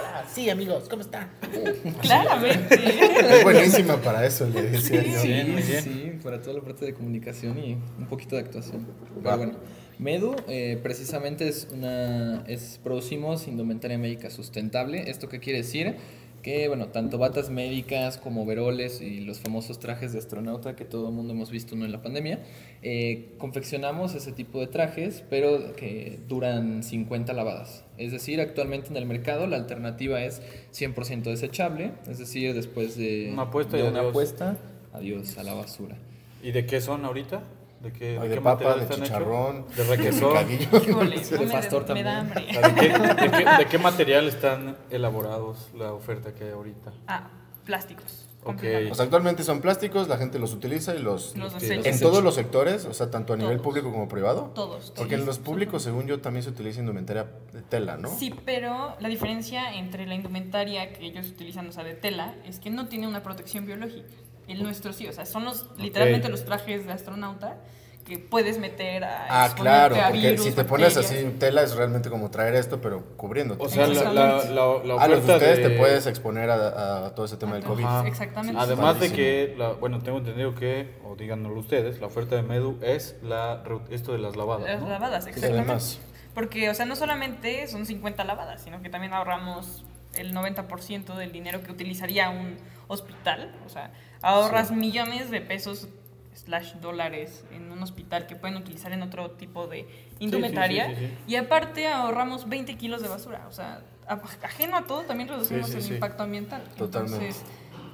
Speaker 4: Claramente.
Speaker 1: Es buenísima para eso, le decía yo.
Speaker 3: Sí,
Speaker 2: bien, muy bien.
Speaker 3: sí, para toda la parte de comunicación y un poquito de actuación.
Speaker 1: Va.
Speaker 3: Pero bueno, Medu eh, precisamente es una, es producimos indumentaria médica sustentable. ¿Esto qué quiere decir? Que bueno, tanto batas médicas como veroles y los famosos trajes de astronauta que todo el mundo hemos visto uno en la pandemia, eh, confeccionamos ese tipo de trajes, pero que duran 50 lavadas. Es decir, actualmente en el mercado la alternativa es 100% desechable, es decir, después de
Speaker 2: Una apuesta
Speaker 3: de
Speaker 2: y
Speaker 3: una
Speaker 2: adiós.
Speaker 3: apuesta, adiós a la basura.
Speaker 2: ¿Y de qué son ahorita? ¿De qué,
Speaker 1: Ay,
Speaker 2: qué
Speaker 1: de
Speaker 2: material
Speaker 1: papa, de
Speaker 2: están hechos?
Speaker 1: chicharrón,
Speaker 2: ¿De requesón?
Speaker 1: picadillo.
Speaker 4: Híjole, no me,
Speaker 3: pastor
Speaker 4: me da
Speaker 3: también.
Speaker 2: O
Speaker 4: hambre.
Speaker 2: sea, ¿De qué, de qué- de qué material están elaborados la oferta que hay ahorita?
Speaker 4: Ah, plásticos.
Speaker 2: Ok.
Speaker 4: completamente.
Speaker 1: O sea, Pues actualmente son plásticos, la gente los utiliza y los...
Speaker 4: Los
Speaker 2: ok.
Speaker 4: desechos.
Speaker 1: En todos los sectores, o sea, tanto a nivel
Speaker 4: Todos.
Speaker 1: público como privado.
Speaker 4: Todos.
Speaker 1: Porque en los públicos, según yo, también se utiliza indumentaria de tela, ¿no?
Speaker 4: Sí, pero la diferencia entre la indumentaria que ellos utilizan, o sea, de tela, es que no tiene una protección biológica. El nuestro sí, o sea, son los, literalmente los trajes de astronauta que puedes meter a.
Speaker 1: Ah,
Speaker 4: exponerte
Speaker 1: claro,
Speaker 4: a
Speaker 1: porque
Speaker 4: virus,
Speaker 1: si te pones
Speaker 4: bacterias.
Speaker 1: así tela es realmente como traer esto, pero cubriéndote.
Speaker 2: O sea, la, la, la, la
Speaker 1: a Ah, los de
Speaker 2: oferta
Speaker 1: pues ustedes
Speaker 2: de-
Speaker 1: te puedes exponer a, a todo ese tema del
Speaker 4: Ajá.
Speaker 1: COVID.
Speaker 2: Ajá.
Speaker 4: Exactamente.
Speaker 2: Además de
Speaker 1: Padrísimo.
Speaker 2: que, la- bueno, tengo entendido que, o díganlo ustedes, la oferta de Medu es la, re- esto de las lavadas.
Speaker 4: Las
Speaker 2: ¿no?
Speaker 4: lavadas, exactamente.
Speaker 1: Además,
Speaker 4: Porque, o sea, no solamente son 50 lavadas, sino que también ahorramos el 90% del dinero que utilizaría un hospital. O sea, ahorras millones de pesos slash dólares en un hospital que pueden utilizar en otro tipo de indumentaria.
Speaker 2: sí, sí, sí,
Speaker 4: Y aparte ahorramos 20 kilos de basura. O sea, a- ajeno a todo, también reducimos
Speaker 1: Sí, sí,
Speaker 4: el
Speaker 1: sí.
Speaker 4: impacto ambiental.
Speaker 1: Totalmente.
Speaker 4: Entonces,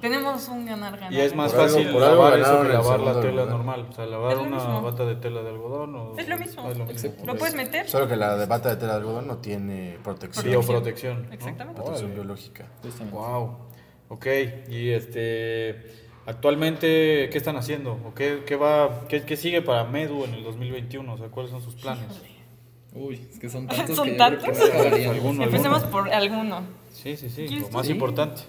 Speaker 4: tenemos un ganar-ganar.
Speaker 2: Y es más
Speaker 1: Por algo-
Speaker 2: fácil
Speaker 1: por algo
Speaker 2: lavar eso
Speaker 1: ganaron
Speaker 2: que
Speaker 1: el
Speaker 2: lavar la
Speaker 1: segundo
Speaker 2: tela
Speaker 1: lugar.
Speaker 2: normal. O sea, lavar
Speaker 4: Es lo
Speaker 2: una
Speaker 4: mismo.
Speaker 2: bata de tela de algodón. O,
Speaker 4: Es lo mismo.
Speaker 2: Es lo
Speaker 3: Exacto.
Speaker 4: Lo puedes meter.
Speaker 1: solo que la de bata de tela de algodón no tiene protección.
Speaker 2: Bioprotección. ¿no?
Speaker 4: Exactamente.
Speaker 1: Protección
Speaker 2: Oh, Órale.
Speaker 1: biológica.
Speaker 3: Justamente.
Speaker 2: Wow. Ok, y este actualmente qué están haciendo o qué, qué va qué, qué sigue para Medu en el 2021, o sea, ¿cuáles son sus planes?
Speaker 3: Uy, es que son tantos
Speaker 4: Son
Speaker 3: que yo creo que
Speaker 4: tantos.
Speaker 3: no acabarían.
Speaker 2: Alguno,
Speaker 4: Empecemos
Speaker 2: alguno.
Speaker 4: por alguno.
Speaker 2: Sí, sí, sí,
Speaker 4: ¿Quieres
Speaker 2: lo
Speaker 4: tú?
Speaker 2: más
Speaker 3: Sí.
Speaker 2: importante.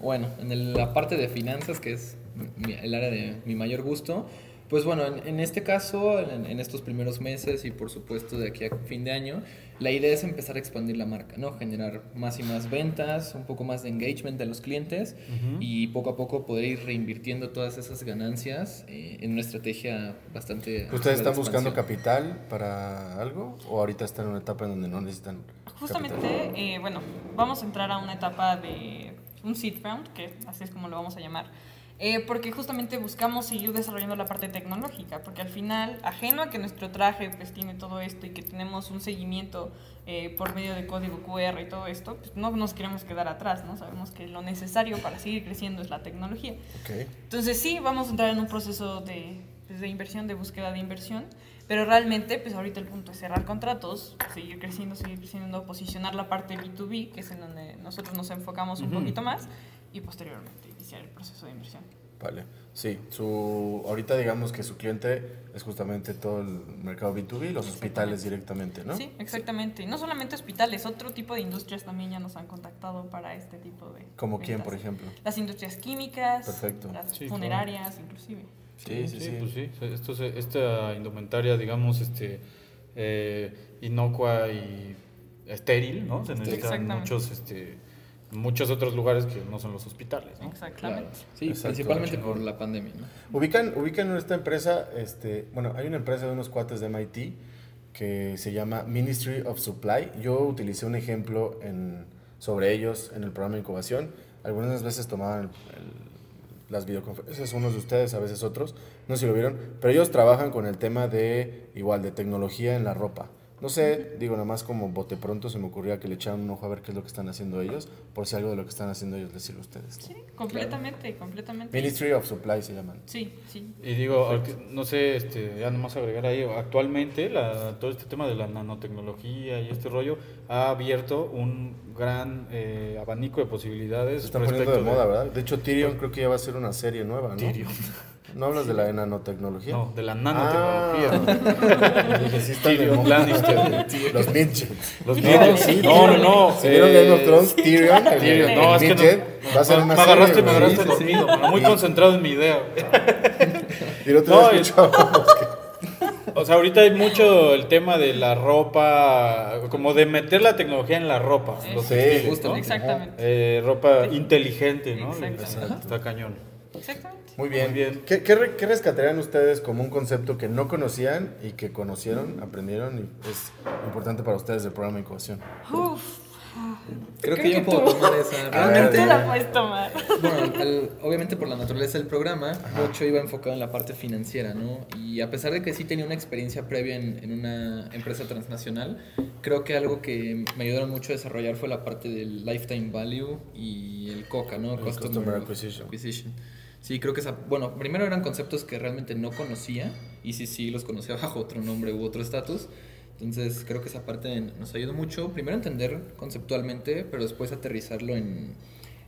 Speaker 3: Bueno, en el- la parte de finanzas, que es mi- el área de mi mayor gusto, pues bueno, en, en este caso, en, en estos primeros meses y por supuesto de aquí a fin de año, la idea es empezar a expandir la marca, ¿no? Generar más y más ventas, un poco más de engagement de los clientes y poco a poco poder ir reinvirtiendo todas esas ganancias eh, en una estrategia bastante...
Speaker 1: ¿Ustedes están
Speaker 3: de
Speaker 1: buscando
Speaker 3: expansión.
Speaker 1: capital para algo? ¿O ahorita están en una etapa en donde no necesitan capital?
Speaker 4: Justamente, eh, bueno, vamos a entrar a una etapa de un seed round, que así es como lo vamos a llamar, eh, porque justamente buscamos seguir desarrollando la parte tecnológica, porque al final, ajeno a que nuestro traje pues tiene todo esto y que tenemos un seguimiento eh, por medio de código QR y todo esto, pues no nos queremos quedar atrás, ¿no? Sabemos que lo necesario para seguir creciendo es la tecnología.
Speaker 1: Ok.
Speaker 4: Entonces sí, vamos a entrar en un proceso de, pues, de inversión, de búsqueda de inversión, pero realmente, pues ahorita el punto es cerrar contratos, seguir creciendo, seguir creciendo, posicionar la parte B2B, que es en donde nosotros nos enfocamos un
Speaker 2: Ujú.
Speaker 4: poquito más, y posteriormente iniciar el proceso de inversión.
Speaker 1: Vale, sí, su, ahorita digamos que su cliente es justamente todo el mercado B2B, los hospitales directamente, ¿no?
Speaker 4: Sí, exactamente. Y no solamente hospitales, otro tipo de industrias también ya nos han contactado para este tipo de...
Speaker 1: ¿Como
Speaker 4: ventas.
Speaker 1: quién, por ejemplo?
Speaker 4: Las industrias químicas,
Speaker 1: Perfecto.
Speaker 4: las
Speaker 2: Sí, claro.
Speaker 4: funerarias, inclusive.
Speaker 1: Sí, sí, sí.
Speaker 2: pues sí. O sea, Esto se- esta indumentaria, digamos, este eh, inocua y estéril, ¿no? Se necesitan
Speaker 4: Exactamente.
Speaker 2: muchos este muchos otros lugares que no son los hospitales, ¿no?
Speaker 3: Claro.
Speaker 4: Exactamente.
Speaker 3: Sí,
Speaker 1: Exacto,
Speaker 3: principalmente por la pandemia, ¿no?
Speaker 1: Ubican, ubican esta empresa, este, bueno, hay una empresa de unos cuates de MIT que se llama Ministry of Supply. Yo utilicé un ejemplo en, sobre ellos en el programa de incubación. Algunas veces tomaban el- el- las videoconferencias unos de ustedes, a veces otros. No sé si lo vieron, pero ellos trabajan con el tema de igual, de tecnología en la ropa. No sé, digo, nada más como bote pronto se me ocurría que le echaran un ojo a ver qué es lo que están haciendo ellos, por si algo de lo que están haciendo ellos les sirve a ustedes. ¿no?
Speaker 4: Sí, completamente, completamente.
Speaker 1: Ministry of Supply se llaman.
Speaker 4: Sí, sí.
Speaker 2: Y digo, ahorita- no sé, este, ya nomás agregar ahí, actualmente la, todo este tema de la nanotecnología y este rollo ha abierto un gran eh, abanico de posibilidades.
Speaker 1: Se están
Speaker 2: respecto
Speaker 1: poniendo de moda, ¿verdad? De hecho, Tyrion creo que ya va a ser una serie nueva, ¿no?
Speaker 2: Tyrion.
Speaker 1: ¿No hablas de la de nanotecnología?
Speaker 2: No, de la nanotecnología.
Speaker 1: Ah. Dije, Ah. sí están
Speaker 2: Tyrion
Speaker 1: de moda.
Speaker 2: Lannister.
Speaker 1: Los midgets.
Speaker 2: Los
Speaker 4: Híjole.
Speaker 2: niños, sí. No, no, no.
Speaker 1: Si vieron Game of
Speaker 2: eh,
Speaker 1: Thrones, Tyrion, el,
Speaker 2: Tyrion,
Speaker 1: el
Speaker 2: no, es que no- Ah,
Speaker 1: midget, va a ser
Speaker 2: me
Speaker 1: una serie.
Speaker 2: agarraste, me
Speaker 1: güey.
Speaker 2: agarraste
Speaker 1: Sí, sí, sí.
Speaker 2: dormido, mano, muy concentrado en mi idea.
Speaker 1: Y el otro
Speaker 2: No,
Speaker 1: día
Speaker 2: es-
Speaker 1: escuchaba-
Speaker 2: O sea, ahorita hay mucho el tema de la ropa, como de meter la tecnología en la ropa.
Speaker 4: Sí.
Speaker 2: lo que
Speaker 1: Sí.
Speaker 2: dices,
Speaker 3: Justo,
Speaker 2: ¿no?
Speaker 4: Exactamente.
Speaker 2: Eh, ropa inteligente, ¿no?
Speaker 4: Exacto.
Speaker 2: Exacto, Está cañón.
Speaker 4: Exactamente.
Speaker 1: Muy bien.
Speaker 2: Muy bien.
Speaker 1: ¿Qué, qué re- qué rescatarían ustedes como un concepto que no conocían y que conocieron, aprendieron y es importante para ustedes del programa de incubación?
Speaker 4: Uf,
Speaker 3: Creo,
Speaker 4: Creo
Speaker 3: que yo
Speaker 4: que
Speaker 3: puedo
Speaker 4: tú.
Speaker 3: tomar esa.
Speaker 1: A
Speaker 4: no
Speaker 1: ver,
Speaker 4: te
Speaker 1: dime.
Speaker 4: la puedes tomar.
Speaker 3: Bueno, el- obviamente por la naturaleza del programa, mucho iba enfocado en la parte financiera, ¿no? Y a pesar de que sí tenía una experiencia previa en, en una empresa transnacional, creo que algo que me ayudaron mucho a desarrollar fue la parte del lifetime value y el COCA, ¿no?
Speaker 1: El Customer Acquisition.
Speaker 3: Acquisition. Sí, creo que esa, bueno, primero eran conceptos que realmente no conocía y sí, sí, los conocía bajo otro nombre u otro estatus. Entonces creo que esa parte nos ayudó mucho, primero a entender conceptualmente, pero después aterrizarlo en,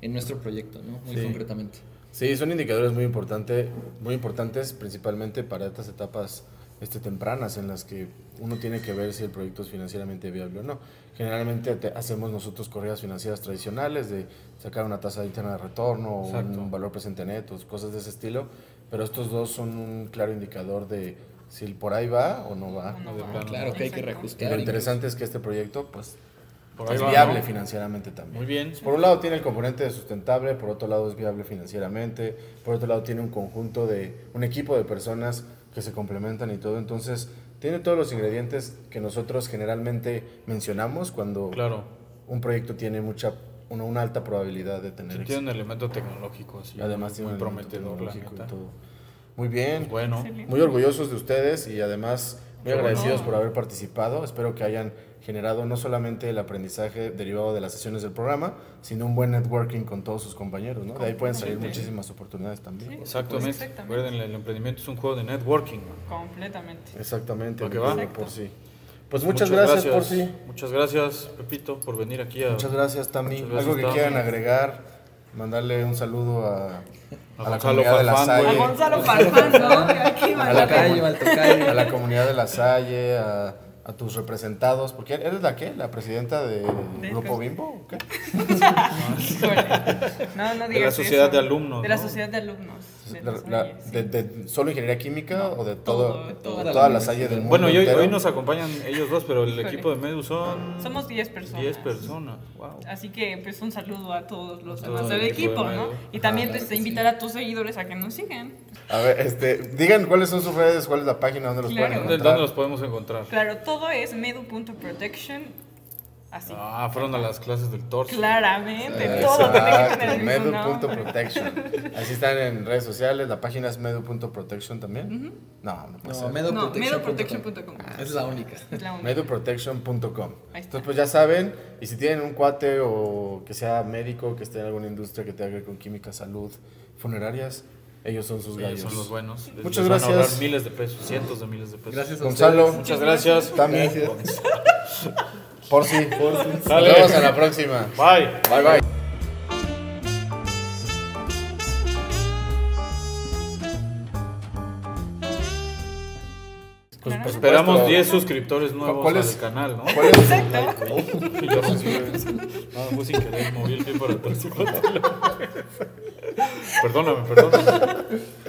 Speaker 3: en nuestro proyecto, ¿no? Muy
Speaker 1: Sí.
Speaker 3: concretamente.
Speaker 1: Sí, son indicadores muy, importante, muy importantes, principalmente para estas etapas este, tempranas en las que uno tiene que ver si el proyecto es financieramente viable o no. Generalmente te- hacemos nosotros correas financieras tradicionales de sacar una tasa interna de retorno o
Speaker 2: Exacto.
Speaker 1: un valor presente neto, cosas de ese estilo, pero estos dos son un claro indicador de si el por ahí va o no va.
Speaker 2: No, de
Speaker 4: Ah,
Speaker 2: plano.
Speaker 3: Claro que hay que
Speaker 4: Exacto.
Speaker 1: Y
Speaker 3: reajustar.
Speaker 1: lo
Speaker 3: incluso.
Speaker 1: interesante es que este proyecto pues,
Speaker 2: Por ahí
Speaker 1: es
Speaker 2: va,
Speaker 1: viable
Speaker 2: ¿no?
Speaker 1: financieramente también.
Speaker 2: Muy bien.
Speaker 1: Por un lado tiene el componente de sustentable, por otro lado es viable financieramente, por otro lado tiene un conjunto de, un equipo de personas que se complementan y todo, entonces tiene todos los ingredientes que nosotros generalmente mencionamos cuando
Speaker 2: Claro.
Speaker 1: un proyecto tiene mucha, una, una alta probabilidad de tener
Speaker 2: Tiene un
Speaker 1: éxito.
Speaker 2: elemento tecnológico, así.
Speaker 1: Y además tiene
Speaker 2: muy
Speaker 1: un elemento
Speaker 2: prometedor, la
Speaker 1: tecnológico y
Speaker 2: neta. Pues
Speaker 1: todo. Muy bien,
Speaker 2: Bueno,
Speaker 4: Excelente.
Speaker 1: muy orgullosos de ustedes y además muy
Speaker 2: Qué
Speaker 1: agradecidos
Speaker 4: bueno.
Speaker 1: por haber participado. Espero que hayan generado no solamente el aprendizaje derivado de las sesiones del programa, sino un buen networking con todos sus compañeros, ¿no? De ahí pueden salir muchísimas oportunidades también.
Speaker 2: exactamente.
Speaker 4: Pues, Exactamente.
Speaker 2: Recuerden, el emprendimiento es un juego de networking.
Speaker 4: Completamente.
Speaker 1: Exactamente,
Speaker 2: Lo que
Speaker 1: mi
Speaker 2: va.
Speaker 1: querido por sí. Pues muchas, gracias, por sí.
Speaker 2: Muchas gracias, Pepito, por venir aquí a.
Speaker 1: Muchas gracias, Tami.
Speaker 2: Muchas gracias,
Speaker 1: Algo que
Speaker 2: Tami.
Speaker 1: quieran agregar, mandarle un saludo a, a la
Speaker 2: Gonzalo
Speaker 1: comunidad de la
Speaker 2: Farfán,
Speaker 4: A
Speaker 2: güey.
Speaker 1: Salle,
Speaker 4: Gonzalo Farfán, ¿no? Aquí
Speaker 1: A
Speaker 3: A
Speaker 1: la
Speaker 3: la
Speaker 4: va.
Speaker 1: calle.
Speaker 3: calle, al tocayo.
Speaker 1: a la comunidad de la Salle, a, a tus representados, porque eres la qué, la presidenta de Grupo
Speaker 4: Cos-
Speaker 1: Bimbo, ¿o qué?
Speaker 4: Híjole. No, no digas
Speaker 2: De la sociedad
Speaker 4: eso.
Speaker 2: de alumnos,
Speaker 4: De la
Speaker 2: ¿no?
Speaker 4: sociedad de alumnos. de
Speaker 1: La-
Speaker 4: las
Speaker 1: la-
Speaker 4: leyes, sí.
Speaker 1: de, de solo ingeniería química o de
Speaker 4: todo,
Speaker 1: todo,
Speaker 4: de
Speaker 1: toda,
Speaker 4: toda
Speaker 1: la
Speaker 3: la
Speaker 1: toda
Speaker 3: universidad.
Speaker 1: del mundo
Speaker 2: Bueno, y hoy,
Speaker 1: entero?
Speaker 2: hoy nos acompañan ellos dos, pero el
Speaker 4: Híjole.
Speaker 2: equipo de Medu son.
Speaker 4: Somos 10 personas.
Speaker 2: 10 personas. Wow.
Speaker 4: Así que pues un saludo a todos los
Speaker 2: Todo
Speaker 4: demás del
Speaker 2: el equipo
Speaker 4: equipo,
Speaker 2: de
Speaker 4: ¿no?
Speaker 2: Medo.
Speaker 4: Y también
Speaker 3: claro
Speaker 4: pues
Speaker 3: que sí.
Speaker 4: invitar a tus seguidores a que nos sigan.
Speaker 1: A ver, este, digan cuáles son sus redes, cuál es la página, dónde los
Speaker 4: Claro.
Speaker 1: pueden
Speaker 2: ¿Dónde,
Speaker 1: encontrar.
Speaker 2: dónde los podemos encontrar?
Speaker 4: Claro, todo es medu.protection. Así.
Speaker 2: Ah, fueron a las clases del torso.
Speaker 4: Claramente,
Speaker 1: Eh,
Speaker 4: todo tiene que
Speaker 1: exacto,
Speaker 4: tener el mismo nombre.
Speaker 1: medu.protection. Así están en redes sociales, la página es medu.protection también. No, no puede
Speaker 3: No,
Speaker 1: ser.
Speaker 4: No,
Speaker 3: medoprotection punto com.
Speaker 4: medoprotection.com.
Speaker 3: Es la única.
Speaker 4: Es la única.
Speaker 1: Meduprotection.com.
Speaker 4: Ahí está.
Speaker 1: Entonces, pues ya saben, y si tienen un cuate o que sea médico, que esté en alguna industria que tenga que ver con química, salud, funerarias, ellos son sus gallos.
Speaker 2: Ellos son los buenos. Les-
Speaker 1: Muchas
Speaker 2: les van a ahorrar
Speaker 1: gracias.
Speaker 2: miles de pesos, cientos de miles de pesos.
Speaker 3: Gracias a
Speaker 1: Gonzalo.
Speaker 3: ustedes.
Speaker 2: Muchas gracias.
Speaker 1: También. Por si. Nos
Speaker 2: Dale.
Speaker 1: vemos a la próxima.
Speaker 2: Bye.
Speaker 1: Bye bye.
Speaker 2: Pues,
Speaker 4: Claro.
Speaker 2: esperamos
Speaker 1: supuesto.
Speaker 2: 10 suscriptores nuevos
Speaker 1: ¿Cuál
Speaker 2: al
Speaker 1: es?
Speaker 2: canal, ¿no?
Speaker 1: ¿Cuál es?
Speaker 2: Y yo así, güey. No, fue sin querer, moví el pie para atrás. y cuando lo- Perdóname, perdóname.